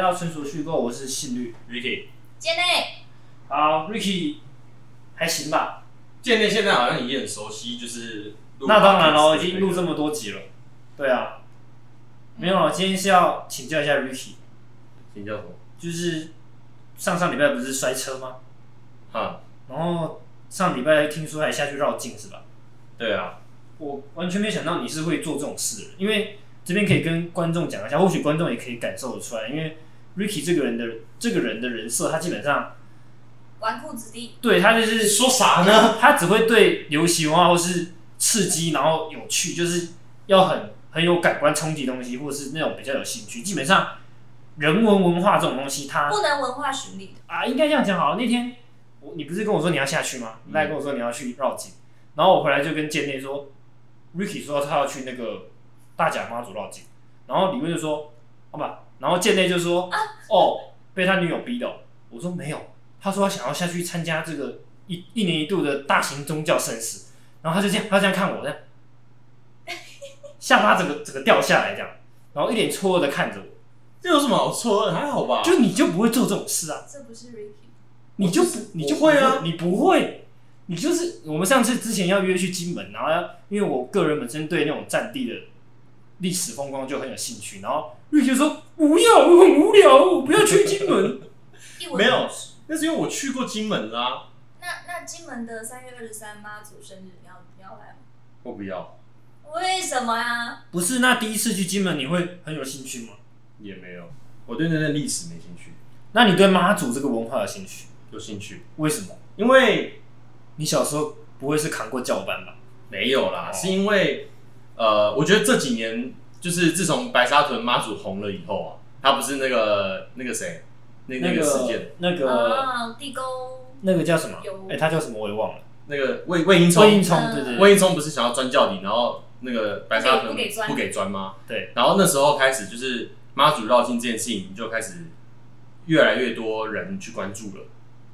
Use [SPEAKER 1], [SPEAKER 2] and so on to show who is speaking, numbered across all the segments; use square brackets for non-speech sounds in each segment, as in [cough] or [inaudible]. [SPEAKER 1] 到纯属虚构，我是信律。
[SPEAKER 2] Ricky，
[SPEAKER 3] 姐内，
[SPEAKER 1] 好，Ricky 还行吧？
[SPEAKER 2] 见面现在好像你也很熟悉，就是录
[SPEAKER 1] 那当然
[SPEAKER 2] podcast
[SPEAKER 1] 喽，
[SPEAKER 2] 之
[SPEAKER 1] 已
[SPEAKER 2] 类
[SPEAKER 1] 经录
[SPEAKER 2] 的
[SPEAKER 1] 这么多集了。对啊，
[SPEAKER 2] 嗯
[SPEAKER 1] 没有，啊今天是要请教一下 Ricky，
[SPEAKER 2] 你叫什么？
[SPEAKER 1] 就是上上礼拜不是摔车吗？
[SPEAKER 2] 哈，
[SPEAKER 1] 然后上礼拜听说还下去绕境是吧？
[SPEAKER 2] 对啊，
[SPEAKER 1] 我完全没想到你是会做这种事的，因为这边可以跟观众讲一下，或许观众也可以感受得出来，因为 Ricky 这个人的这个人的人设，他基本上
[SPEAKER 3] 纨绔子弟，
[SPEAKER 1] 对他就是
[SPEAKER 2] 说啥呢？
[SPEAKER 1] 他只会对流行文化或是刺激，然后有趣，就是要很很有感官冲击的东西，或者是那种比较有兴趣。基本上人文文化这种东西，他
[SPEAKER 3] 不能文化巡礼的。
[SPEAKER 1] 啊，应该这样讲好了。那天我你不是跟我说你要下去吗？你来跟我说你要去绕境，然后我回来就跟建内说，Ricky 说他要去那个大甲妈祖绕境，然后李威就说好吧，然后建内就说、哦，被他女友逼的哦、我说没有，他说他想要下去参加这个一一年一度的大型宗教盛事，然后他就这样，他这样看我这样，下巴整个整个掉下来这样，然后一脸错愕的看着我，
[SPEAKER 2] 这有什么好错的？还好吧？
[SPEAKER 1] 就你就不会做这种事啊。
[SPEAKER 3] 这不是 Ricky，
[SPEAKER 1] 你就
[SPEAKER 2] 我
[SPEAKER 1] 不
[SPEAKER 2] 就是
[SPEAKER 1] 你就
[SPEAKER 2] 我会啊
[SPEAKER 1] 不你不会，你就是我们上次之前要约去金门，然后要因为我个人本身对那种战地的历史风光就很有兴趣，然后瑞就说不要，我很无聊，我不要去金 [laughs] 门。
[SPEAKER 3] 一文
[SPEAKER 2] 没有
[SPEAKER 3] 不值
[SPEAKER 2] 那是因为我去过金门啦、
[SPEAKER 3] 那那金门的三月二十三妈祖生日，你要你要来吗？
[SPEAKER 2] 我不要，
[SPEAKER 3] 为什么呀、
[SPEAKER 1] 不是，那第一次去金门你会很有兴趣吗？
[SPEAKER 2] 也没有，我对那段历史没兴趣，
[SPEAKER 1] 那你对妈祖这个文化有兴趣？
[SPEAKER 2] 有兴趣，
[SPEAKER 1] 为什么？
[SPEAKER 2] 因为
[SPEAKER 1] 你小时候不会是扛过教班吧？
[SPEAKER 2] 没有啦，
[SPEAKER 1] 哦
[SPEAKER 2] 是因为呃，我觉得这几年就是自从白沙屯妈祖红了以后啊，他不是那个那个谁，那那个事件，
[SPEAKER 1] 那个
[SPEAKER 3] 啊，地沟
[SPEAKER 1] 那个叫什么
[SPEAKER 3] 有？
[SPEAKER 1] 哎，他叫什么我也忘了。
[SPEAKER 2] 那个魏魏英
[SPEAKER 1] 魏
[SPEAKER 2] 聪
[SPEAKER 1] 应，冲，
[SPEAKER 3] 嗯
[SPEAKER 1] 对对对
[SPEAKER 2] 魏英聪不是想要钻教底，然后那个白沙屯
[SPEAKER 3] 不给钻
[SPEAKER 2] 不给钻吗？
[SPEAKER 1] 对，
[SPEAKER 2] 然后那时候开始就是妈祖绕境这件事情就开始越来越多人去关注了。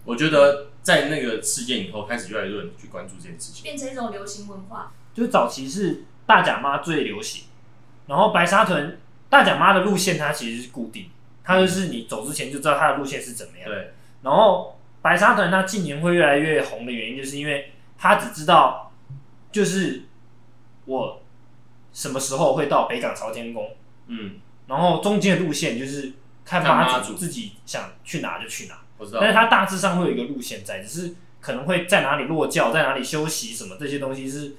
[SPEAKER 2] 我觉得在那个事件以后，开始越来越多人去关注这件事情。
[SPEAKER 3] 变成一种流行文化，
[SPEAKER 1] 就是早期是大甲妈最流行，然后白沙屯大甲妈的路线它其实是固定，它就是你走之前就知道它的路线是怎么样。
[SPEAKER 2] 对，
[SPEAKER 1] 然后白沙屯它近年会越来越红的原因，就是因为它只知道就是我什么时候会到北港朝天宫，
[SPEAKER 2] 嗯，
[SPEAKER 1] 然后中间的路线就是看
[SPEAKER 2] 看
[SPEAKER 1] 妈
[SPEAKER 2] 妈
[SPEAKER 1] 祖
[SPEAKER 2] 祖
[SPEAKER 1] 自己想去哪就去哪。
[SPEAKER 2] 我知道
[SPEAKER 1] 但。是它大致上会有一个路线在，只是可能会在哪里落脚，在哪里休息什么这些东西是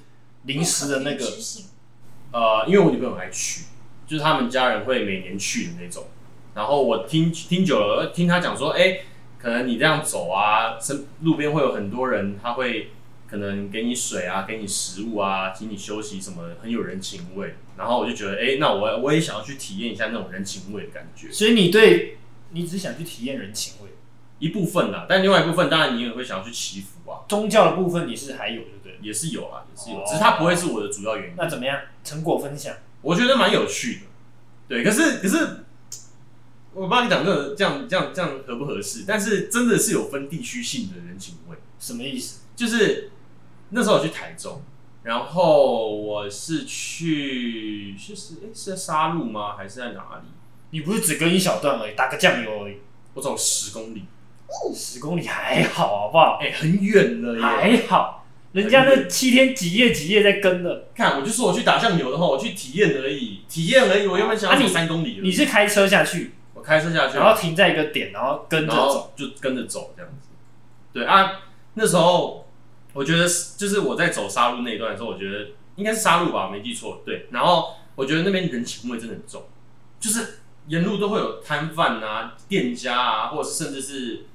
[SPEAKER 1] 临时的那
[SPEAKER 3] 不
[SPEAKER 1] 个
[SPEAKER 3] 可预知性
[SPEAKER 2] 呃，因为我女朋友还去，就是他们家人会每年去的那种。然后我听听久了，听他讲说，哎、可能你这样走啊，身路边会有很多人，他会可能给你水啊，给你食物啊，请你休息什么的，很有人情味。然后我就觉得，哎、那我我也想要去体验一下那种人情味的感觉，
[SPEAKER 1] 所以你对你只想去体验人情味，
[SPEAKER 2] 一部分啦。但另外一部分，当然你也会想要去祈福啊，
[SPEAKER 1] 宗教的部分你是还有，对不对？
[SPEAKER 2] 也是有啊，也是有，
[SPEAKER 1] 哦
[SPEAKER 2] 只是它不会是我的主要原因。
[SPEAKER 1] 那怎么样？成果分享，
[SPEAKER 2] 我觉得蛮有趣的。对，可是可是，我不知道你讲这个这样这样这样合不合适，但是真的是有分地区性的人情味。
[SPEAKER 1] 什么意思？
[SPEAKER 2] 就是那时候我去台中，然后我是去就是诶是在沙鹿吗？还是在哪里？
[SPEAKER 1] 你不是只跟一小段而已，打个酱油而已，
[SPEAKER 2] 我走十公里，
[SPEAKER 1] 十公里还好，好不好？
[SPEAKER 2] [laughs] 哎、很远了耶！
[SPEAKER 1] 还好，人家那七天几夜几夜在跟的，
[SPEAKER 2] 看，我就说我去打酱油的话，我去体验而已，体验而已。我原本想
[SPEAKER 1] 啊
[SPEAKER 2] 要
[SPEAKER 1] 你
[SPEAKER 2] 走三公里而已
[SPEAKER 1] 你是开车下去，
[SPEAKER 2] 我开车下去，
[SPEAKER 1] 然后停在一个点，然后跟着
[SPEAKER 2] 然
[SPEAKER 1] 走，
[SPEAKER 2] 后就跟着走这样子。对啊，那时候我觉得是就是我在走沙路那一段的时候，我觉得应该是沙路吧，没记错。对，然后我觉得那边人情味真的很重，就是沿路都会有摊贩啊、店家啊，或者是甚至是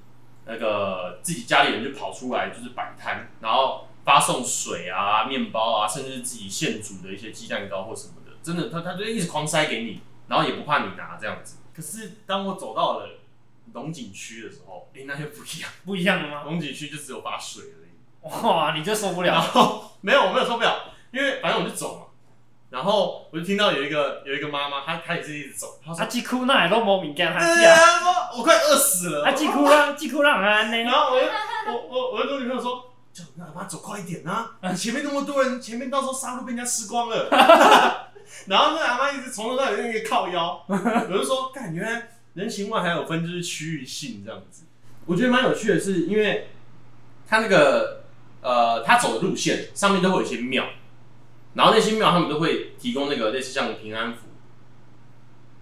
[SPEAKER 2] 那个自己家里人就跑出来就是摆摊，然后发送水啊、面包啊，甚至自己现煮的一些鸡蛋糕或什么的，真的他他就一直狂塞给你，然后也不怕你拿这样子。可是当我走到了龙井区的时候，哎、那就不一样。 [laughs]
[SPEAKER 1] 不一样了吗？
[SPEAKER 2] 龙井区就只有把水而已。
[SPEAKER 1] 哇，你就受不
[SPEAKER 2] 然
[SPEAKER 1] 了，
[SPEAKER 2] 后没有，我没有受不了，因为反正我就走嘛。然后我就听到有一个有一个妈妈，她她也是一直走，她
[SPEAKER 1] 啊，
[SPEAKER 2] 说
[SPEAKER 1] 几哭那也都没敏感，还
[SPEAKER 2] 哎
[SPEAKER 1] 是啊，
[SPEAKER 2] 呀，我我快饿死了。
[SPEAKER 1] 啊，几哭啦，几哭啦，安
[SPEAKER 2] 然
[SPEAKER 1] 呢？
[SPEAKER 2] 后我就我我我就跟我女朋友说，叫你妈妈走快一点啊！你前面那么多人，前面到时候沙路被人家吃光 [laughs] 了。然后那阿妈一直从头到尾在那个靠腰，我就说，干，原来人形外还有分就是区域性这样子。我觉得蛮有趣的是，因为它那个呃，它走的路线上面都会有一些庙，然后那些庙他们都会提供那个类似像平安符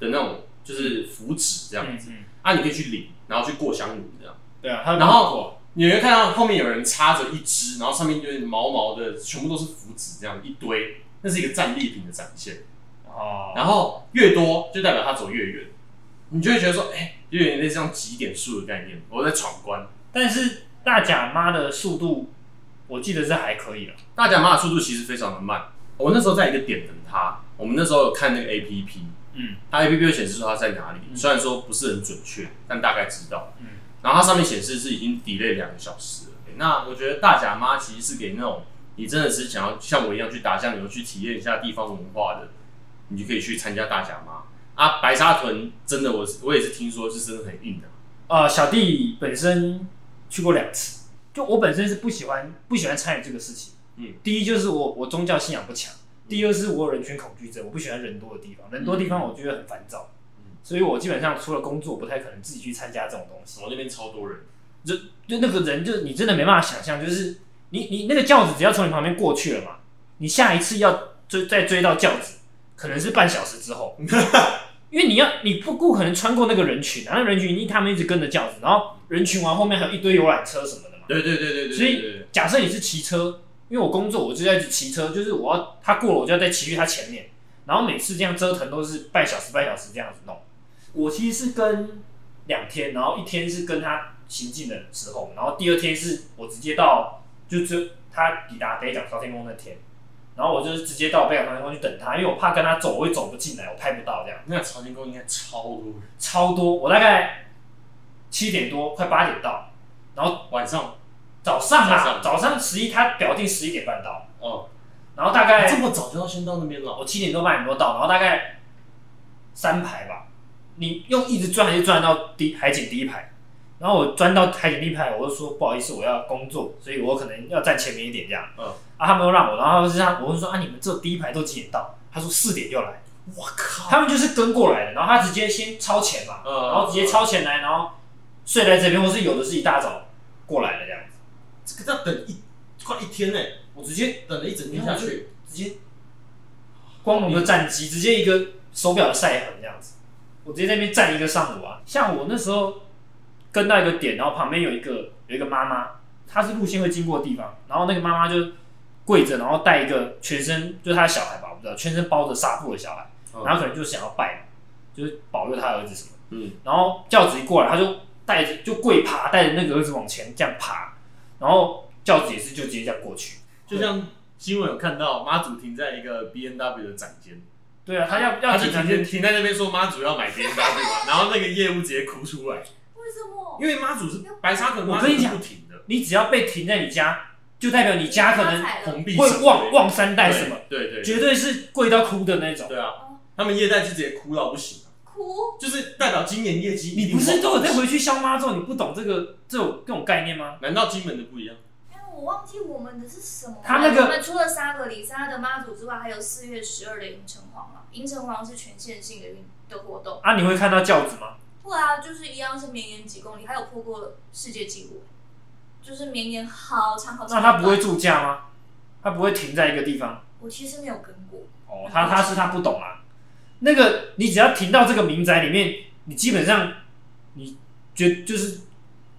[SPEAKER 2] 的那种，就是符纸这样
[SPEAKER 1] 嗯
[SPEAKER 2] 子，
[SPEAKER 1] 嗯，
[SPEAKER 2] 啊，你可以去领，然后去过香炉这样。
[SPEAKER 1] 对啊，他
[SPEAKER 2] 然后你会看到后面有人插着一只，然后上面就是毛毛的，全部都是符纸这样一堆，那是一个战利品的展现。
[SPEAKER 1] 哦，
[SPEAKER 2] 然后越多就代表他走越远，你就会觉得说，哎、就有点类似像极点数的概念，我在闯关。
[SPEAKER 1] 但是大甲妈的速度，我记得是还可以了。
[SPEAKER 2] 大甲妈的速度其实非常的慢，我那时候在一个点等他，我们那时候有看那个 A P P，
[SPEAKER 1] 嗯，
[SPEAKER 2] 它 A P P 会显示说它在哪里，
[SPEAKER 1] 嗯
[SPEAKER 2] 虽然说不是很准确，但大概知道。
[SPEAKER 1] 嗯
[SPEAKER 2] 然后它上面显示是已经 delay 两个小时了。那我觉得大甲妈其实是给那种你真的是想要像我一样去打酱油、去体验一下地方文化的，你就可以去参加大甲妈啊。白沙屯真的我是我也是听说是真的很硬的、啊
[SPEAKER 1] 呃，小弟本身去过两次，就我本身是不喜欢不喜欢参与这个事情。
[SPEAKER 2] 嗯，
[SPEAKER 1] 第一就是我我宗教信仰不强，第二是我有人群恐惧症，我不喜欢人多的地方，人多的地方我觉得很烦躁，
[SPEAKER 2] 嗯
[SPEAKER 1] 所以我基本上除了工作，不太可能自己去参加这种东西。
[SPEAKER 2] 哦我那边超多人，
[SPEAKER 1] 就那个人，就是你真的没办法想象，就是你你那个轿子只要从你旁边过去了嘛，你下一次要追再追到轿子，可能是半小时之后，因为你要你不不可能穿过那个人群啊，那人群一他们一直跟着轿子，然后人群完后面还有一堆游览车什么的嘛。
[SPEAKER 2] 对对对对对，
[SPEAKER 1] 所以
[SPEAKER 2] 对对对
[SPEAKER 1] 假设你是骑车，因为我工作我就在骑车，就是我要他过了我就要再骑去他前面，然后每次这样折腾都是半小时半小时这样子弄。我其实是跟两天，然后一天是跟他行进的时候，然后第二天是我直接到就就他抵达北港朝天宫那天，然后我就是直接到北港朝天宫去等他，因为我怕跟他走我会走不进来，我拍不到这样。
[SPEAKER 2] 那朝天宫应该超多人，
[SPEAKER 1] 超多，我大概七点多快八点到，然后
[SPEAKER 2] 晚上
[SPEAKER 1] 早上啊早上十一他表定十一点半到。
[SPEAKER 2] 哦，
[SPEAKER 1] 然后大概
[SPEAKER 2] 这么早就要先到那边了，
[SPEAKER 1] 我七点多八点多到，然后大概三排吧，你用一直转还是转到第海景第一排，然后我转到海景第一排，我就说不好意思，我要工作，所以我可能要站前面一点这样。
[SPEAKER 2] 嗯，
[SPEAKER 1] 啊，他们又让我，然后他们是这样，我就说啊，你们这第一排都几点到？他说四点就来，
[SPEAKER 2] 我靠，
[SPEAKER 1] 他们就是跟过来的，然后他直接先超前嘛，
[SPEAKER 2] 嗯
[SPEAKER 1] 然后直接超前来，然后睡在这边，或是有的是一大早过来的这样子，
[SPEAKER 2] 这个要等一快一天呢、
[SPEAKER 1] 我直接
[SPEAKER 2] 等了一整天下去，
[SPEAKER 1] 直接光荣的战绩，直接一个手表的晒痕这样子，我直接在那边站一个上午啊。像我那时候跟到一个点，然后旁边有一个有一个妈妈，她是路线会经过的地方，然后那个妈妈就跪着，然后带一个全身就是她的小孩吧，我不知道全身包着纱布的小孩，
[SPEAKER 2] 嗯
[SPEAKER 1] 然后可能就想要拜嘛，就是保佑他儿子什么。
[SPEAKER 2] 嗯，
[SPEAKER 1] 然后教子一过来，他就带着就跪爬，带着那个儿子往前这样爬，然后教子也是就直接这样过去。
[SPEAKER 2] 就像新闻有看到妈祖停在一个 B N W 的展间，
[SPEAKER 1] 对啊，他要要
[SPEAKER 2] 他就
[SPEAKER 1] 警察
[SPEAKER 2] 停在停在那边说妈祖要买 B N W，然后 [laughs] 那个业务直接哭出来，
[SPEAKER 3] 为什么？
[SPEAKER 2] 因为妈祖是白沙屯，
[SPEAKER 1] 我跟你讲
[SPEAKER 2] 妈祖是不停的，
[SPEAKER 1] 你只要被停在你家，就代表你家可能
[SPEAKER 3] 发财了
[SPEAKER 2] 红碧
[SPEAKER 1] 会旺旺三代
[SPEAKER 2] 带
[SPEAKER 1] 什么，，
[SPEAKER 2] 对对
[SPEAKER 1] 绝
[SPEAKER 2] 对
[SPEAKER 1] 对是贵到哭的那种。
[SPEAKER 2] 对啊，他们业代就直接哭到不行啊，
[SPEAKER 3] 哭？
[SPEAKER 2] 就是代表今年业绩一
[SPEAKER 1] 你
[SPEAKER 2] 定
[SPEAKER 1] 不是
[SPEAKER 2] 旺到
[SPEAKER 1] 都有
[SPEAKER 2] 不
[SPEAKER 1] 在
[SPEAKER 2] 行
[SPEAKER 1] 回去消妈之后，你不懂这个这种这种概念吗？
[SPEAKER 2] 难道金门的不一样？
[SPEAKER 3] 哎，我忘记我们的是什么了。
[SPEAKER 1] 他那个
[SPEAKER 3] 我们除了沙格里沙的妈祖之外，还有四月十二的迎城隍嘛。迎城隍是全县性的运的活动。
[SPEAKER 1] 啊，你会看到轿子吗？
[SPEAKER 3] 对啊，就是一样是绵延几公里，还有破过世界纪录，就是绵延好长好长。
[SPEAKER 1] 那他不会？住驾吗？他不会停在一个地方？
[SPEAKER 3] 我其实没有跟过。
[SPEAKER 1] 哦，他他是他不懂啊。那个你只要停到这个民宅里面，你基本上你绝就是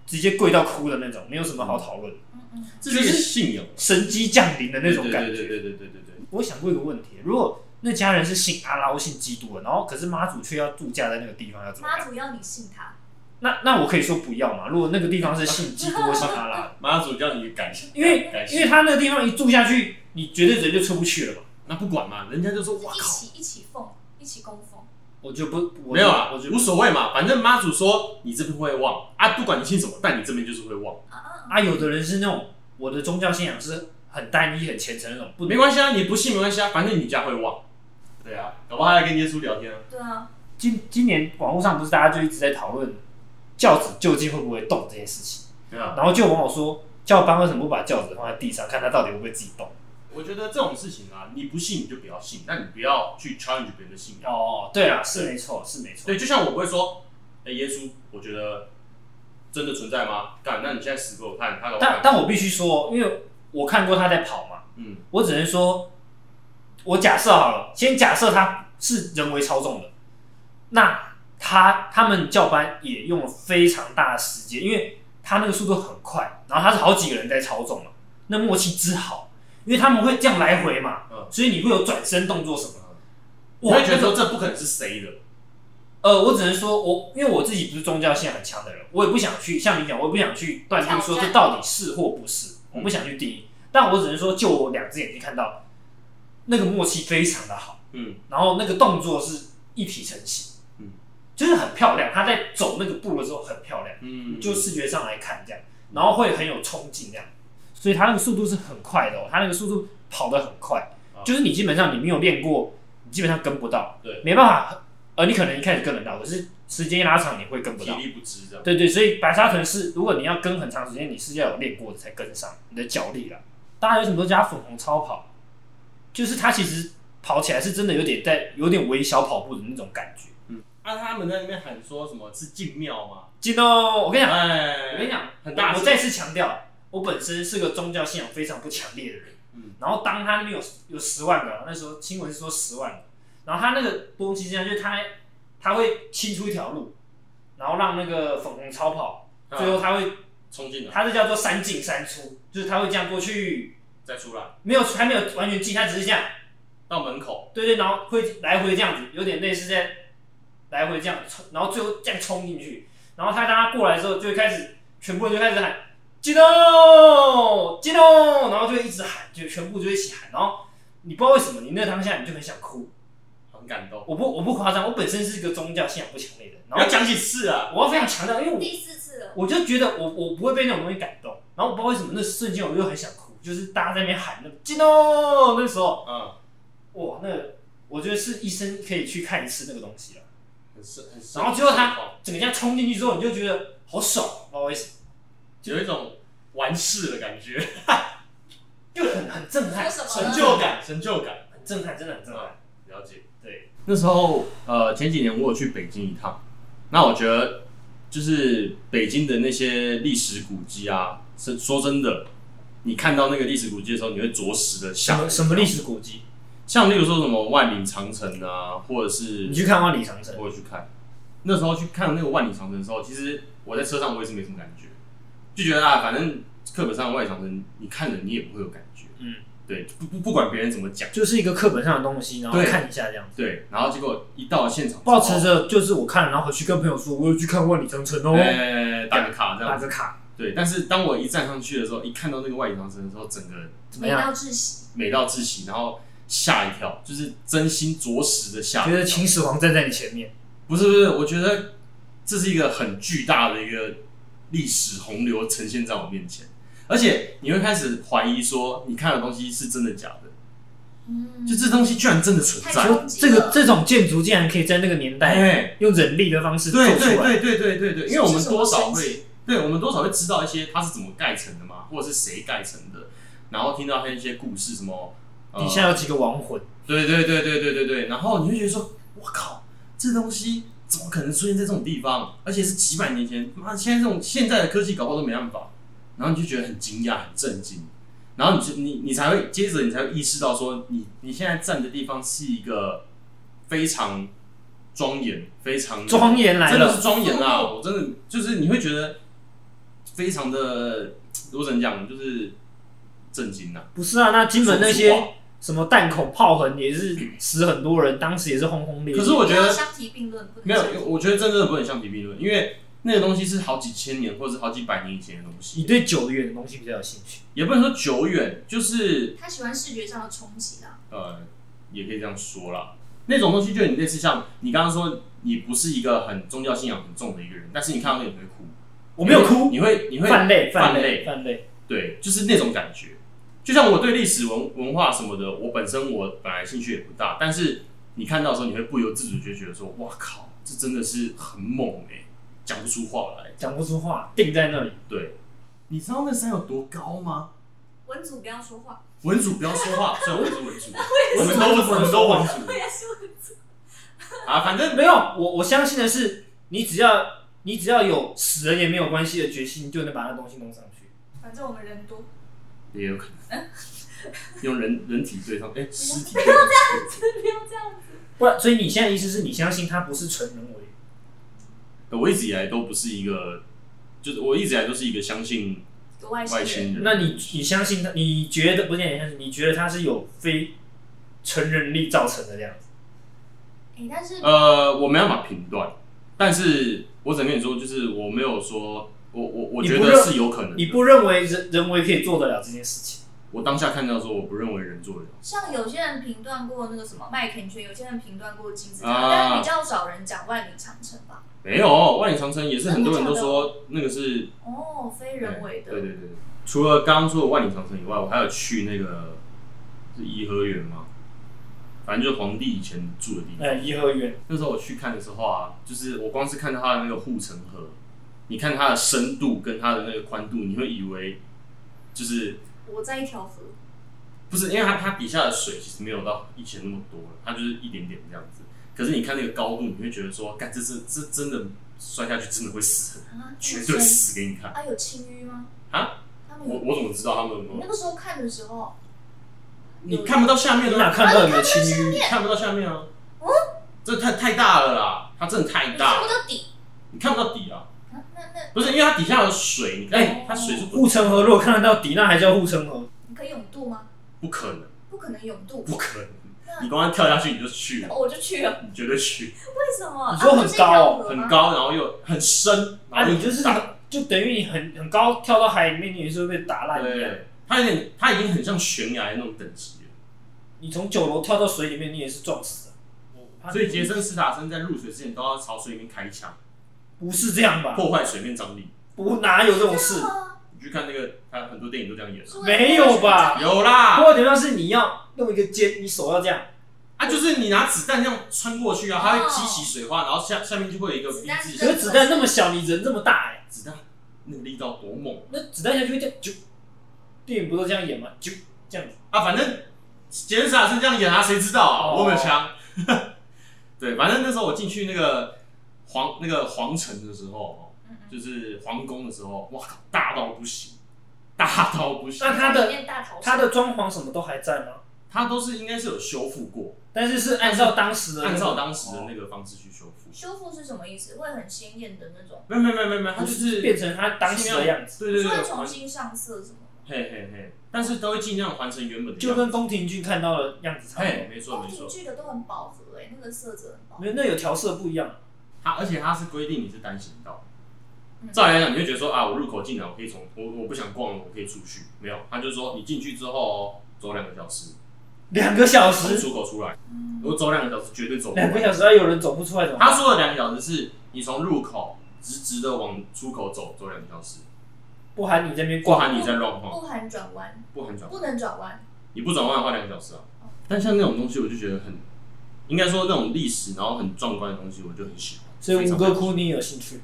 [SPEAKER 1] 直接跪到哭的那种，没有什么好讨论，
[SPEAKER 3] 嗯嗯，
[SPEAKER 2] 这是一个信仰
[SPEAKER 1] 神机降临的那种感觉。
[SPEAKER 2] 对对对对对对对
[SPEAKER 1] 我想过一个问题：如果那家人是信阿拉或信基督的，然后可是妈祖却要度假在那个地方，要怎么
[SPEAKER 3] 妈
[SPEAKER 1] 办？
[SPEAKER 3] 祖要你信他，
[SPEAKER 1] 那那我可以说不要嘛？如果那个地方是信基督或信阿 [laughs] 拉，
[SPEAKER 2] 妈祖叫你感谢，
[SPEAKER 1] 因为
[SPEAKER 2] 感谢
[SPEAKER 1] 因为他那个地方一住下去，你绝对人就出不去了嘛。
[SPEAKER 2] 那不管嘛，人家就说哇
[SPEAKER 3] 一
[SPEAKER 2] 靠，
[SPEAKER 3] 起一起奉，一起供奉。
[SPEAKER 1] 我就不我
[SPEAKER 2] 没有啊
[SPEAKER 1] 我就，
[SPEAKER 2] 无所谓嘛，反正妈祖说你这边会旺啊，不管你信什么，但你这边就是会旺，
[SPEAKER 3] 啊啊啊！
[SPEAKER 1] 啊。有的人是那种我的宗教信仰是很单一、很虔诚那种，不
[SPEAKER 2] 没关系啊，你不信没关系啊，反正你家会旺。对啊，搞不好还在跟耶稣聊天啊。
[SPEAKER 3] 对啊，
[SPEAKER 1] 今今年网络上不是大家就一直在讨论教子究竟会不会动这件事情，
[SPEAKER 2] 对啊，
[SPEAKER 1] 然后就有网友说教班为什么不把教子放在地上，看他到底会不会自己动？
[SPEAKER 2] 我觉得这种事情啊，你不信你就不要信，但你不要去 challenge 别人的信仰。
[SPEAKER 1] 哦，对啊，是没错，是没错。
[SPEAKER 2] 对，就像我不会说，哎、耶稣，我觉得真的存在吗？干，那你现在死给我看，他搞不好
[SPEAKER 1] 但但我必须说，因为我看过他在跑嘛，
[SPEAKER 2] 嗯，
[SPEAKER 1] 我只能说，我假设好了，先假设他是人为操纵的，那他他们教班也用了非常大的时间，因为他那个速度很快，然后他是好几个人在操纵嘛，那默契之好，因为他们会这样来回嘛，
[SPEAKER 2] 嗯
[SPEAKER 1] 所以你会有转身动作什么的，
[SPEAKER 2] 你会觉得
[SPEAKER 1] 那个
[SPEAKER 2] 说这不可能是谁的，
[SPEAKER 1] 呃，我只能说我，因为我自己不是宗教性很强的人，我也不想去像你讲，我也不想去断定说
[SPEAKER 3] 挑
[SPEAKER 1] 这
[SPEAKER 3] 战
[SPEAKER 1] 到底是或不是，我
[SPEAKER 2] 嗯
[SPEAKER 1] 不想去定义。但我只能说，就我两只眼睛看到，那个默契非常的好，
[SPEAKER 2] 嗯，
[SPEAKER 1] 然后那个动作是一体成型，
[SPEAKER 2] 嗯，
[SPEAKER 1] 就是很漂亮。他在走那个步的时候很漂亮，
[SPEAKER 2] 嗯
[SPEAKER 1] 就视觉上来看这样，然后会很有冲劲这样，所以他那个速度是很快的、哦，他那个速度跑得很快
[SPEAKER 2] 啊，
[SPEAKER 1] 就是你基本上你没有练过，你基本上跟不到，
[SPEAKER 2] 对
[SPEAKER 1] 没办法，呃，你可能一开始跟得到，可是时间一拉长你会跟不
[SPEAKER 2] 体
[SPEAKER 1] 到，
[SPEAKER 2] 力不支这样。
[SPEAKER 1] 对对，所以白沙屯是，如果你要跟很长时间，你是要有练过的才跟上你的脚力啦。大家为什么都叫它粉红超跑？就是它其实跑起来是真的有点在有点微小跑步的那种感觉。
[SPEAKER 2] 啊，他们在那边喊说什么是进庙吗？
[SPEAKER 1] 进哦，我跟你讲。
[SPEAKER 2] 哎，
[SPEAKER 1] 我跟你讲，
[SPEAKER 2] 很大
[SPEAKER 1] 我
[SPEAKER 2] 声
[SPEAKER 1] 我再次强调，我本身是个宗教信仰非常不强烈的人。
[SPEAKER 2] 嗯
[SPEAKER 1] 然后当他那边有有十万个，那时候新闻是说十万个，然后他那个东西这样，就是他他会清出一条路，然后让那个粉红超跑，
[SPEAKER 2] 啊
[SPEAKER 1] 最后他会，
[SPEAKER 2] 冲进来
[SPEAKER 1] 他这叫做三进三出，就是他会这样过去，
[SPEAKER 2] 再出来
[SPEAKER 1] 没有还没有完全进，他只是这样，
[SPEAKER 2] 到门口，
[SPEAKER 1] 对对，然后会来回这样子，有点类似在来回这样冲，然后最后这样冲进去，然后他当他过来之后，就会开始全部人就开始喊激动激动，然后就会一直喊，就全部就一起喊，然后你不知道为什么，你那当下你就很想哭。
[SPEAKER 2] 很感动。
[SPEAKER 1] 我不我不夸张，我本身是一个宗教信仰不强烈的人，
[SPEAKER 2] 你
[SPEAKER 1] 然
[SPEAKER 2] 要
[SPEAKER 1] 后
[SPEAKER 2] 讲几次啊？
[SPEAKER 1] 我要非常强调，因为我
[SPEAKER 3] 第四次了，
[SPEAKER 1] 我就觉得我我不会被那种东西感动，然后我不知道为什么那瞬间我就很想哭，就是大家在那边喊那个激动那时候。
[SPEAKER 2] 嗯，
[SPEAKER 1] 哇，那个我觉得是医生可以去看一次那个东西了。
[SPEAKER 2] 很深很深。
[SPEAKER 1] 然后最后他整个这样冲进去之后，你就觉得好爽，不知道为什么，
[SPEAKER 2] 有一种完事的感觉，
[SPEAKER 1] 就很很震撼，
[SPEAKER 3] 说什
[SPEAKER 1] 很
[SPEAKER 3] 么呢
[SPEAKER 1] 震
[SPEAKER 2] [laughs] 成就感，成就感。
[SPEAKER 1] 很震撼，真的很震撼。
[SPEAKER 2] 了解。
[SPEAKER 1] 对，
[SPEAKER 2] 那时候呃前几年我有去北京一趟，那我觉得就是北京的那些历史古迹啊，是说真的，你看到那个历史古迹的时候，你会着实的想
[SPEAKER 1] 史古迹？
[SPEAKER 2] 像例如说什么万里长城啊，或者是
[SPEAKER 1] 你去看万里长城，
[SPEAKER 2] 我有去看。那时候去看那个万里长城的时候，其实我在车上我也是没什么感觉，就觉得啊，反正课本上的万里长城你看了你也不会有感觉，
[SPEAKER 1] 嗯，
[SPEAKER 2] 对，不不不管别人怎么讲，
[SPEAKER 1] 就是一个课本上的东西，然
[SPEAKER 2] 对
[SPEAKER 1] 一下这样。
[SPEAKER 2] 对，然后结果一到现场，
[SPEAKER 1] 抱持着就是我看了，然后回去跟朋友说，我有去看万里长城哦，
[SPEAKER 2] 呃打个卡这
[SPEAKER 1] 打
[SPEAKER 2] 样，
[SPEAKER 1] 个卡，
[SPEAKER 2] 对。但是当我一站上去的时候，一看到那个万里长城的时候，整个
[SPEAKER 1] 怎么
[SPEAKER 3] 美
[SPEAKER 1] 样？
[SPEAKER 3] 到窒息，
[SPEAKER 2] 美到窒息，然后吓一跳，就是真心着实的吓一
[SPEAKER 1] 觉
[SPEAKER 2] 跳。
[SPEAKER 1] 得秦始皇站在你前面，
[SPEAKER 2] 不是不是，我觉得这是一个很巨大的一个历史洪流呈现在我面前，而且你会开始怀疑说你看的东西是真的假的，
[SPEAKER 3] 嗯，
[SPEAKER 2] 就这东西居然真的存
[SPEAKER 3] 太
[SPEAKER 2] 在。
[SPEAKER 3] 冲
[SPEAKER 1] 就
[SPEAKER 3] 击
[SPEAKER 1] 这个
[SPEAKER 3] 了
[SPEAKER 1] 这种建筑竟然可以在那个年代
[SPEAKER 2] 哎，
[SPEAKER 1] 用人力的方式做
[SPEAKER 2] 对
[SPEAKER 1] 出
[SPEAKER 2] 对
[SPEAKER 1] 来，
[SPEAKER 2] 对对对对对，因为我们多少
[SPEAKER 3] 是
[SPEAKER 2] 会，对我们多少会知道一些它是怎么盖成的嘛，或者是谁盖成的，然后听到它一些故事什么，呃
[SPEAKER 1] 底下有几个亡魂。
[SPEAKER 2] 对对对对对对对，然后你就觉得说，我靠，这东西怎么可能出现在这种地方？而且是几百年前，妈，现在这种现在的科技搞不好都没办法。然后你就觉得很惊讶、很震惊，然后你就你你才会接着你才会意识到说，你你现在站的地方是一个非常庄严、非常
[SPEAKER 1] 庄严来
[SPEAKER 2] 真的
[SPEAKER 1] 了
[SPEAKER 2] 是，庄严啊！我真的就是你会觉得非常的，我怎么讲，就是震惊呐、啊。
[SPEAKER 1] 不是啊？那金门那
[SPEAKER 2] 说不出
[SPEAKER 1] 些
[SPEAKER 2] 话
[SPEAKER 1] 什么弹孔炮痕也是死很多人，当时也是轰轰烈烈。
[SPEAKER 2] 可是我觉得
[SPEAKER 3] 不要相提并论，不能
[SPEAKER 2] 没有
[SPEAKER 3] 相提，
[SPEAKER 2] 我觉得真的不能相提并论，因为那个东西是好几千年或者是好几百年以前的东
[SPEAKER 1] 你
[SPEAKER 2] 西，
[SPEAKER 1] 对久远的东西比较有兴趣，
[SPEAKER 2] 也不能说久远，就是
[SPEAKER 3] 他喜欢视觉上的冲击啦，
[SPEAKER 2] 呃，也可以这样说啦。那种东西就有点类似像你刚刚说，你不是一个很宗教信仰很重的一个人，但是你看到那个你会哭，哎
[SPEAKER 1] 我没有哭，
[SPEAKER 2] 你会你会
[SPEAKER 1] 泛泪
[SPEAKER 2] 泛
[SPEAKER 1] 泪
[SPEAKER 2] 泪
[SPEAKER 1] 泛泪。
[SPEAKER 2] 对，就是那种感觉。就像我对历史文文化什么的，我本身我本来兴趣也不大，但是你看到的时候，你会不由自主就觉得说，哇靠，这真的是很猛哎、讲不出话来。
[SPEAKER 1] 讲不出话，定在那里。
[SPEAKER 2] 对，你知道那山有多高吗？
[SPEAKER 3] 文组不要说话， [laughs]
[SPEAKER 2] 文主不要说 [laughs] 话，虽然我是文主，我们都我们都文主
[SPEAKER 3] 也是文组，
[SPEAKER 2] 啊，反正
[SPEAKER 1] 没有，我我相信的是，你只要你只要有死人也没有关系的决心，就能把那东西弄上去。
[SPEAKER 3] 反正我们人多，
[SPEAKER 2] 也有可能
[SPEAKER 3] 嗯
[SPEAKER 2] 用人人体对上，哎、尸体对上尸体。
[SPEAKER 3] 不要这样子。
[SPEAKER 1] 不然，所以你现在意思是你相信它不是纯人为？
[SPEAKER 2] 我一直以来都不是一个，就是我一直以来都是一个相信
[SPEAKER 3] 有外星
[SPEAKER 2] 外
[SPEAKER 3] 人，
[SPEAKER 2] 星人。
[SPEAKER 1] 那你你相信它？你觉得不是你相信？你觉得它是有非成人力造成的这样子？
[SPEAKER 3] 哎、但是
[SPEAKER 2] 呃，我没办法评断，但是我只能跟你说，就是我没有说，我我我
[SPEAKER 1] 你
[SPEAKER 2] 觉
[SPEAKER 1] 不
[SPEAKER 2] 得
[SPEAKER 1] 认
[SPEAKER 2] 是有可能的。
[SPEAKER 1] 你不认为人人为可以做得了这件事情？
[SPEAKER 2] 我当下看到说，我不认为人做得了。
[SPEAKER 3] 像有些人评断过那个什么麦肯圈，有些人评断过金字塔，
[SPEAKER 2] 啊
[SPEAKER 3] 但是比较少人讲万里长城吧。
[SPEAKER 2] 没有，万里长城也是很多人都
[SPEAKER 3] 真的
[SPEAKER 2] 说那个是
[SPEAKER 3] 哦，非人为的。
[SPEAKER 2] 对对对对，除了刚刚说的万里长城以外，我还有去那个是颐和园吗？反正就是皇帝以前住的地方。
[SPEAKER 1] 呃，颐和园，
[SPEAKER 2] 那时候我去看的时候啊，就是我光是看到它的那个护城河，你看它的深度跟它的那个宽度，你会以为就是
[SPEAKER 3] 我在一条河，
[SPEAKER 2] 不是，因为它它底下的水其实没有到以前那么多了，它就是一点点这样子。可是你看那个高度，你会觉得说，干，这是这真的摔下去真的会死人，
[SPEAKER 3] 啊，
[SPEAKER 2] 绝
[SPEAKER 3] 这
[SPEAKER 2] 对
[SPEAKER 3] 么深
[SPEAKER 2] 死给你看
[SPEAKER 3] 啊，有青淤吗？
[SPEAKER 2] 啊！
[SPEAKER 3] 他们
[SPEAKER 2] 我
[SPEAKER 3] 有，
[SPEAKER 2] 我怎么知道他们有没
[SPEAKER 3] 你那
[SPEAKER 2] 有？
[SPEAKER 3] 个时候看的时候，
[SPEAKER 2] 你看不到下面
[SPEAKER 1] 你
[SPEAKER 2] 的
[SPEAKER 1] 哪
[SPEAKER 2] 啊，
[SPEAKER 1] 看到有没有青淤？
[SPEAKER 2] 看不到下面啊！这太太大了啦，它真的太
[SPEAKER 3] 你
[SPEAKER 2] 大
[SPEAKER 3] 看
[SPEAKER 2] 了
[SPEAKER 3] 不，到底。
[SPEAKER 2] 你看不到底啊！
[SPEAKER 3] 啊，那那
[SPEAKER 2] 不是因为它底下有水，你哎，它水是不
[SPEAKER 1] 护城河如果看得到底，那还叫护城河？
[SPEAKER 3] 你可以永渡吗？
[SPEAKER 2] 不可能，
[SPEAKER 3] 不可能永渡。
[SPEAKER 2] 不可能！你光跳下去你就去了，
[SPEAKER 3] 哦，我就去了。
[SPEAKER 2] 你绝对去，
[SPEAKER 3] 为什么？
[SPEAKER 1] 你说
[SPEAKER 3] 啊
[SPEAKER 1] 很高哦
[SPEAKER 3] 不是一条河吗
[SPEAKER 2] 很高，然后又很深，然
[SPEAKER 1] 啊，
[SPEAKER 2] 后又
[SPEAKER 1] 你就是
[SPEAKER 2] 大
[SPEAKER 1] 就等于你很很高跳到海里面，你也是会被打烂一样。
[SPEAKER 2] 对，它有点，它已经很像悬崖那种等级了。
[SPEAKER 1] 你从九楼跳到水里面，你也是撞死的。我
[SPEAKER 2] 哦所以杰森·斯塔森在入水之前都要朝水里面开枪，
[SPEAKER 1] 不是这样吧？
[SPEAKER 2] 破坏水面张力。
[SPEAKER 1] 不哪有这种事？
[SPEAKER 3] 啊
[SPEAKER 2] 你去看那个，他很多电影都这样演啊。
[SPEAKER 3] 是为了
[SPEAKER 1] 没有吧
[SPEAKER 2] 有
[SPEAKER 1] 不
[SPEAKER 2] 啦，
[SPEAKER 1] 过点像是你要弄一个尖，你手要这样，
[SPEAKER 2] 啊，就是你拿子弹这样穿过去啊，它会激起水花，然后下下面就会有一个 V 字
[SPEAKER 1] 可
[SPEAKER 2] 形。
[SPEAKER 1] 是哦子弹那么小，你人这么大哎、
[SPEAKER 2] 子弹那个力道多猛
[SPEAKER 1] 那子弹下去会这样啾，电影不都这样演吗？啾，这样子。
[SPEAKER 2] 啊！反正杰森·斯塔森这样演啊，谁知道啊？
[SPEAKER 1] 哦
[SPEAKER 2] 我有没有枪？ [laughs] 对，反正那时候我进去那个皇那个皇城的时候哦，
[SPEAKER 3] 嗯嗯
[SPEAKER 2] 就是皇宫的时候，哇靠，大到不行，大到不行
[SPEAKER 1] 那。他的
[SPEAKER 3] 里面大逃杀
[SPEAKER 1] 它的装潢什么都还在吗？
[SPEAKER 2] 它都是应该是有修复过，
[SPEAKER 1] 但是是按照当时的那个，哦
[SPEAKER 2] 按照当时的那个方式去修复。
[SPEAKER 3] 修复是什么意思？会很鲜艳的那种，
[SPEAKER 2] 没有没有没有没有没有，它
[SPEAKER 1] 它
[SPEAKER 2] 就
[SPEAKER 1] 就是
[SPEAKER 2] 是
[SPEAKER 1] 变成它当时的样子，
[SPEAKER 2] 对对
[SPEAKER 3] 是
[SPEAKER 2] 对，
[SPEAKER 3] 会
[SPEAKER 2] 对
[SPEAKER 3] 重新上色什么吗？
[SPEAKER 2] 嘿嘿嘿，但是都会尽量还成原本的
[SPEAKER 1] 就
[SPEAKER 2] 样子。
[SPEAKER 1] 跟宫廷剧看到的样子差不
[SPEAKER 2] 嘿，
[SPEAKER 1] 多。
[SPEAKER 2] 没错
[SPEAKER 3] 宫
[SPEAKER 2] 没
[SPEAKER 3] 廷
[SPEAKER 2] 错，
[SPEAKER 3] 剧的都很饱和哎，那个色泽很饱和
[SPEAKER 1] 没。有那有调色不一样，
[SPEAKER 2] 它而且它是规定你是单行道
[SPEAKER 3] 嗯。
[SPEAKER 2] 照理来讲，你会觉得说啊，我入口进来，我可以从我我不想逛了，我可以出去。没有，他就说你进去之后哦走两个小时，
[SPEAKER 1] 两个小
[SPEAKER 2] 从
[SPEAKER 1] 时，
[SPEAKER 2] 出口出来，
[SPEAKER 3] 嗯
[SPEAKER 2] 我走两个小时绝对走不
[SPEAKER 1] 两
[SPEAKER 2] 完
[SPEAKER 1] 个。小时要有人走不出来怎么办？
[SPEAKER 2] 他说的两个小时是你从入口直直的往出口走，走两个小时，
[SPEAKER 1] 不含你这边
[SPEAKER 2] 不
[SPEAKER 1] 逛，
[SPEAKER 2] 含你在乱晃，
[SPEAKER 3] 不含转弯，
[SPEAKER 2] 不含转弯，
[SPEAKER 3] 不能转弯。
[SPEAKER 2] 你不转弯的话两个小时啊。但像那种东西，我就觉得很，应该说那种历史，然后很壮观的东西，我就很喜欢。
[SPEAKER 1] 所以
[SPEAKER 2] 非
[SPEAKER 1] 吴
[SPEAKER 2] 常
[SPEAKER 1] 哥窟你也有兴趣，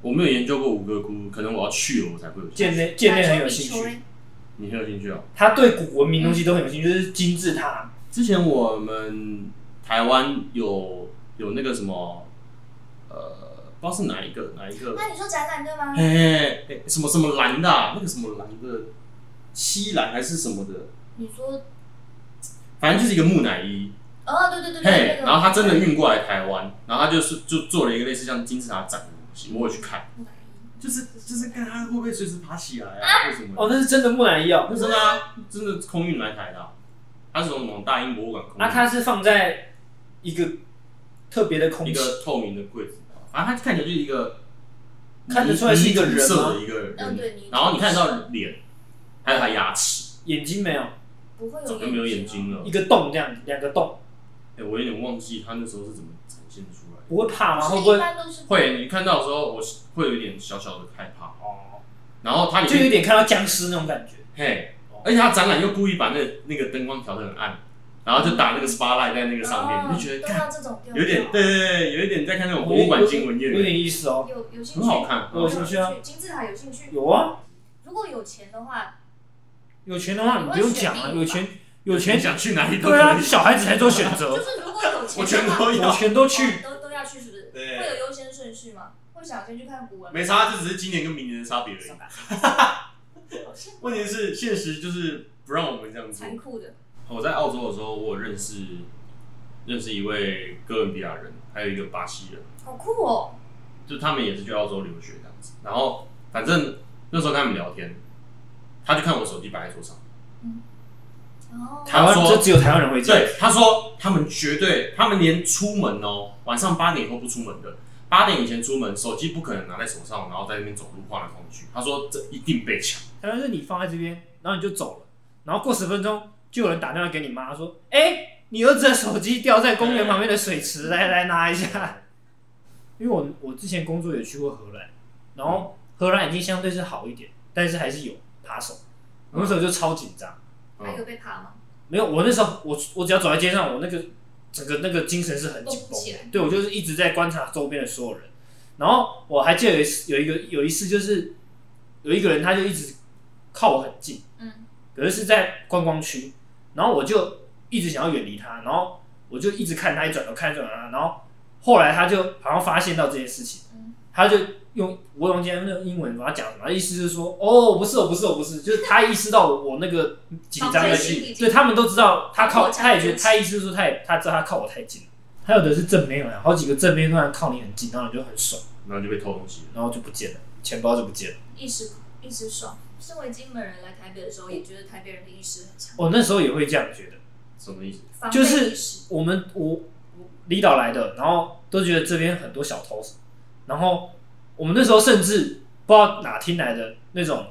[SPEAKER 2] 我没有研究过吴哥窟，可能我要去了我才会有兴趣。
[SPEAKER 1] 建内建内很有
[SPEAKER 3] 篮球
[SPEAKER 1] 兴
[SPEAKER 3] 比球欸
[SPEAKER 1] 趣，
[SPEAKER 3] 嘞
[SPEAKER 2] 你很有兴趣啊？
[SPEAKER 1] 他对古文明东西都很有兴趣，就是金字塔，
[SPEAKER 2] 之前我们台湾有有那个什么，呃，不知道是哪一个哪一个，
[SPEAKER 3] 那你说展览对吗？
[SPEAKER 2] 嘿嘿嘿什么什么蓝的啊、那个什么蓝的，西蓝还是什么的，
[SPEAKER 3] 你说，
[SPEAKER 2] 反正就是一个木乃伊，
[SPEAKER 3] 哦，对对对对，
[SPEAKER 2] 嘿
[SPEAKER 3] 那，个
[SPEAKER 2] 然后他真的运过来台湾，然后他就是就做了一个类似像金字塔展的东西，我有去看，
[SPEAKER 3] 木乃
[SPEAKER 2] 就是就是看他会不会随时爬起来啊，为什么的？
[SPEAKER 1] 哦，那是真的木乃伊哦，
[SPEAKER 2] 那真的啊，真的空运来台的啊、他是从什么大英博物馆空运，
[SPEAKER 1] 那它啊是放在一个特别的空
[SPEAKER 2] 一
[SPEAKER 1] 间，
[SPEAKER 2] 个透明的柜子，反正他看起来就是一个
[SPEAKER 1] 看得出来是一个人吗
[SPEAKER 2] 泥色的一个
[SPEAKER 3] 嗯对
[SPEAKER 2] 人
[SPEAKER 3] 泥，
[SPEAKER 2] 然后你看得到脸，还有他牙齿，
[SPEAKER 1] 眼睛没有，
[SPEAKER 3] 伊不会有啊
[SPEAKER 2] 早就没哦有眼
[SPEAKER 3] 了
[SPEAKER 2] 睛了
[SPEAKER 1] 一。个洞这样子，两个洞，
[SPEAKER 2] 哎，我有点忘记他那时候是怎么展现出来的。
[SPEAKER 1] 不会怕吗？会
[SPEAKER 3] 不是
[SPEAKER 1] 不
[SPEAKER 3] 一
[SPEAKER 1] 会？
[SPEAKER 3] 般都是
[SPEAKER 2] 会，你看到的时候，我是会有一点小小的害怕。
[SPEAKER 1] 哦，
[SPEAKER 2] 然后他里
[SPEAKER 1] 就有
[SPEAKER 2] 面，
[SPEAKER 1] 点看到僵尸那种感觉。
[SPEAKER 2] 嘿
[SPEAKER 1] 哦，
[SPEAKER 2] 而且他展览又故意把那个那个灯光调得很暗，然后就打那个 spotlight 在那个上面，
[SPEAKER 3] 哦
[SPEAKER 2] 你就觉得
[SPEAKER 3] 都
[SPEAKER 2] 看
[SPEAKER 3] 到这种调
[SPEAKER 2] 有点，
[SPEAKER 3] 调
[SPEAKER 2] 啊对对对，有一点在看那种博物馆新闻夜
[SPEAKER 1] 有点意思哦。
[SPEAKER 3] 有有兴
[SPEAKER 2] 很
[SPEAKER 3] 趣，
[SPEAKER 2] 好看。
[SPEAKER 1] 我有兴趣啊，
[SPEAKER 3] 金字塔有兴趣。
[SPEAKER 1] 有啊，
[SPEAKER 3] 如果有钱的话，
[SPEAKER 1] 有钱的话你不用讲啊，有钱有
[SPEAKER 2] 你
[SPEAKER 1] 钱
[SPEAKER 2] 想去哪里都可
[SPEAKER 1] 对啊，
[SPEAKER 2] 以，
[SPEAKER 1] 小孩子才做选
[SPEAKER 3] 就
[SPEAKER 1] 择，
[SPEAKER 3] 是如果有钱的话，哦
[SPEAKER 2] 我全都
[SPEAKER 1] 我
[SPEAKER 2] 要。
[SPEAKER 1] 全都去。
[SPEAKER 3] 都都要区是不是？
[SPEAKER 2] 对
[SPEAKER 3] 会有优先顺序吗？会想先去看古文？
[SPEAKER 2] 没差，这只是今年跟明年的差别而
[SPEAKER 3] 算
[SPEAKER 2] 已。
[SPEAKER 3] 吧，好像
[SPEAKER 2] 问题是现实就是不让我们这样做
[SPEAKER 3] 残。酷的。
[SPEAKER 2] 我在澳洲的时候，我有认识认识一位哥伦比亚人，还有一个巴西人，
[SPEAKER 3] 好酷哦！
[SPEAKER 2] 就他们也是去澳洲留学这样子。然后反正那时候跟他们聊天，他就看我手机摆在桌上，
[SPEAKER 3] 哦，
[SPEAKER 1] 台湾
[SPEAKER 2] 他说
[SPEAKER 1] 就只有台湾人会这样，
[SPEAKER 2] 对，他说他们绝对，他们连出门哦，晚上八点以后不出门的，八点以前出门，手机不可能拿在手上，然后在那边走路晃来晃去。他说这一定被抢。
[SPEAKER 1] 台湾是你放在这边，然后你就走了，然后过十分钟就有人打电话给你妈说，哎、你儿子的手机掉在公园旁边的水池，来来拿一下。 [laughs] 因为我我之前工作也去过荷兰，然后荷兰已经相对是好一点，但是还是有扒手，我那时候就超紧张。
[SPEAKER 3] 还有被爬吗？
[SPEAKER 1] 没有，我那时候我我只要走在街上，我那个整个那个精神是很紧
[SPEAKER 3] 绷不
[SPEAKER 1] 绷
[SPEAKER 3] 起来
[SPEAKER 1] 的。对，我就是一直在观察周边的所有人。然后我还记得有一次有一个有一次就是有一个人他就一直靠我很近，
[SPEAKER 3] 嗯，
[SPEAKER 1] 可是是在观光区，然后我就一直想要远离他，然后我就一直看他，一转头看一转头看他，然后后来他就好像发现到这件事情，
[SPEAKER 3] 嗯
[SPEAKER 1] 他就用我用今天那个英文把他讲什么，意思就是说哦不是我不是我不是，就是他意识到我我那个紧张
[SPEAKER 3] 防
[SPEAKER 1] 的
[SPEAKER 3] 备
[SPEAKER 1] 心
[SPEAKER 3] 心
[SPEAKER 1] 理
[SPEAKER 3] 已，经
[SPEAKER 1] 对他们都知道他靠，
[SPEAKER 3] 我讲
[SPEAKER 1] 他也觉
[SPEAKER 3] 就
[SPEAKER 1] 得
[SPEAKER 3] 是
[SPEAKER 1] 他意思是说他也他知道他靠我太近了，还有的是正面啊，好几个正面突然靠你很近，然后你就很爽，
[SPEAKER 2] 然后就被偷东西了。
[SPEAKER 1] 然后就不见了，钱包就不见了。
[SPEAKER 3] 一时一时爽。身为金门人来台北的时候，也觉得台北人的意识很强，
[SPEAKER 1] 我哦那时候也会这样觉得。
[SPEAKER 2] 什么意思？
[SPEAKER 3] 防备
[SPEAKER 1] 就
[SPEAKER 3] 意
[SPEAKER 1] 是
[SPEAKER 3] 识。
[SPEAKER 1] 我们我我离岛来的，然后都觉得这边很多小偷，然后我们那时候甚至不知道哪听来的那种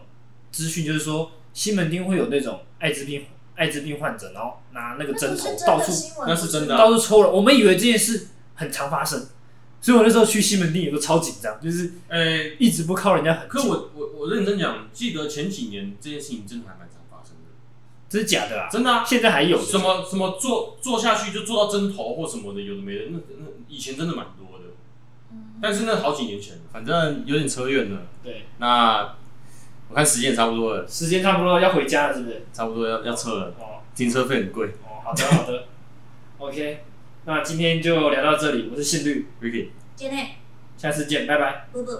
[SPEAKER 1] 资讯，就是说西门町会有那种艾滋病艾滋病患者，然后拿那个
[SPEAKER 3] 那
[SPEAKER 1] 针
[SPEAKER 3] 不是
[SPEAKER 1] 头
[SPEAKER 3] 真
[SPEAKER 1] 到
[SPEAKER 3] 的
[SPEAKER 1] 处
[SPEAKER 3] 新闻，
[SPEAKER 2] 那是真的啊
[SPEAKER 1] 到处抽了，我们以为这件事很常发生，所以我那时候去西门町也都超紧张，就是
[SPEAKER 2] 哎、
[SPEAKER 1] 一直不靠人家很
[SPEAKER 2] 可
[SPEAKER 1] 近，
[SPEAKER 2] 我我我认真讲，记得前几年这件事情真的还蛮常发生的，
[SPEAKER 1] 这是假的啊，
[SPEAKER 2] 真的啊。
[SPEAKER 1] 现在还有
[SPEAKER 2] 什么什么做做下去就做到针头或什么的，有的没的，那那以前真的蛮多的，
[SPEAKER 3] 嗯，
[SPEAKER 2] 但是那好几年前了，反正有点扯远了。
[SPEAKER 1] 对，
[SPEAKER 2] 那我看时间也差不多了，
[SPEAKER 1] 时间差不多要回家了，是不是？
[SPEAKER 2] 差不多要要撤了，
[SPEAKER 1] 哦。
[SPEAKER 2] 停车费很贵。
[SPEAKER 1] 哦，好的好的，OK，那今天就聊到这里，我是信律，
[SPEAKER 2] Ricky，
[SPEAKER 3] 姐内
[SPEAKER 1] 下次见，拜拜。
[SPEAKER 3] 不不。